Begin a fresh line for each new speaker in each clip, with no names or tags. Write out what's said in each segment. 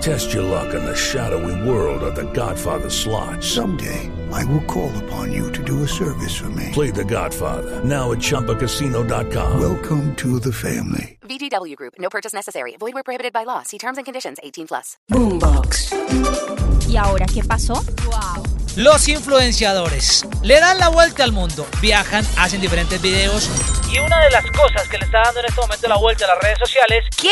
Test your luck in the shadowy world of the Godfather slot.
Someday, I will call upon you to do a service for me.
Play the Godfather, now at Chumpacasino.com.
Welcome to the family.
VGW Group. No purchase necessary. Void where prohibited by law. See terms and conditions. 18 plus.
Boombox.
¿Y ahora qué pasó?
Los influenciadores le dan la vuelta al mundo, viajan, hacen diferentes videos y una de las cosas que le está dando en este momento la vuelta a las redes sociales
¿Qué?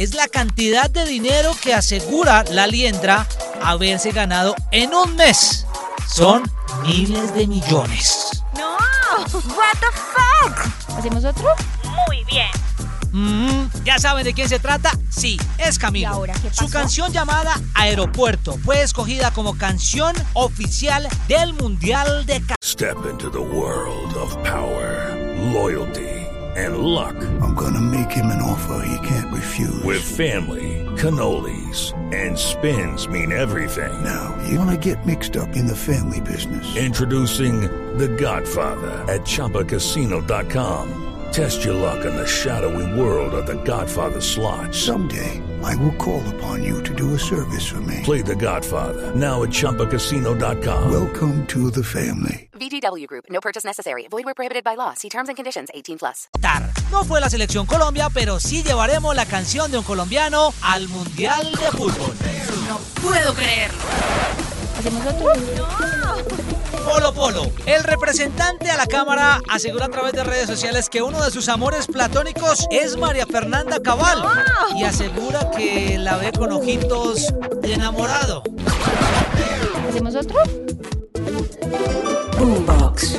es la cantidad de dinero que asegura la liendra haberse ganado en un mes. Son miles de millones.
No. What the fuck? ¿Hacemos otro?
Muy bien.
Mm, ¿Ya saben de quién se trata? Sí, es Camilo.
¿Y ahora qué
Su
pasó?
canción llamada Aeropuerto fue escogida como canción oficial del Mundial de
Step into the world of power, loyalty, and luck.
I'm going to make him an offer he can't refuse.
With family, cannolis, and spins mean everything.
Now, you want to get mixed up in the family business.
Introducing The Godfather at Choppacasino.com. Test your luck in the shadowy world of The Godfather slot.
Someday, I will call upon you to do a service for me.
Play The Godfather, now at Chumpacasino.com.
Welcome to the family.
VGW Group. No purchase necessary. Void where prohibited by law. See terms and conditions. 18 plus.
Qatar. No fue la selección Colombia, pero sí llevaremos la canción de un colombiano al Mundial de Fútbol.
Puedo creerlo.
¿Hacemos otro?
Polo Polo. El representante a la Cámara asegura a través de redes sociales que uno de sus amores platónicos es María Fernanda Cabal y asegura que la ve con ojitos de enamorado.
¿Hacemos otro?
Boombox.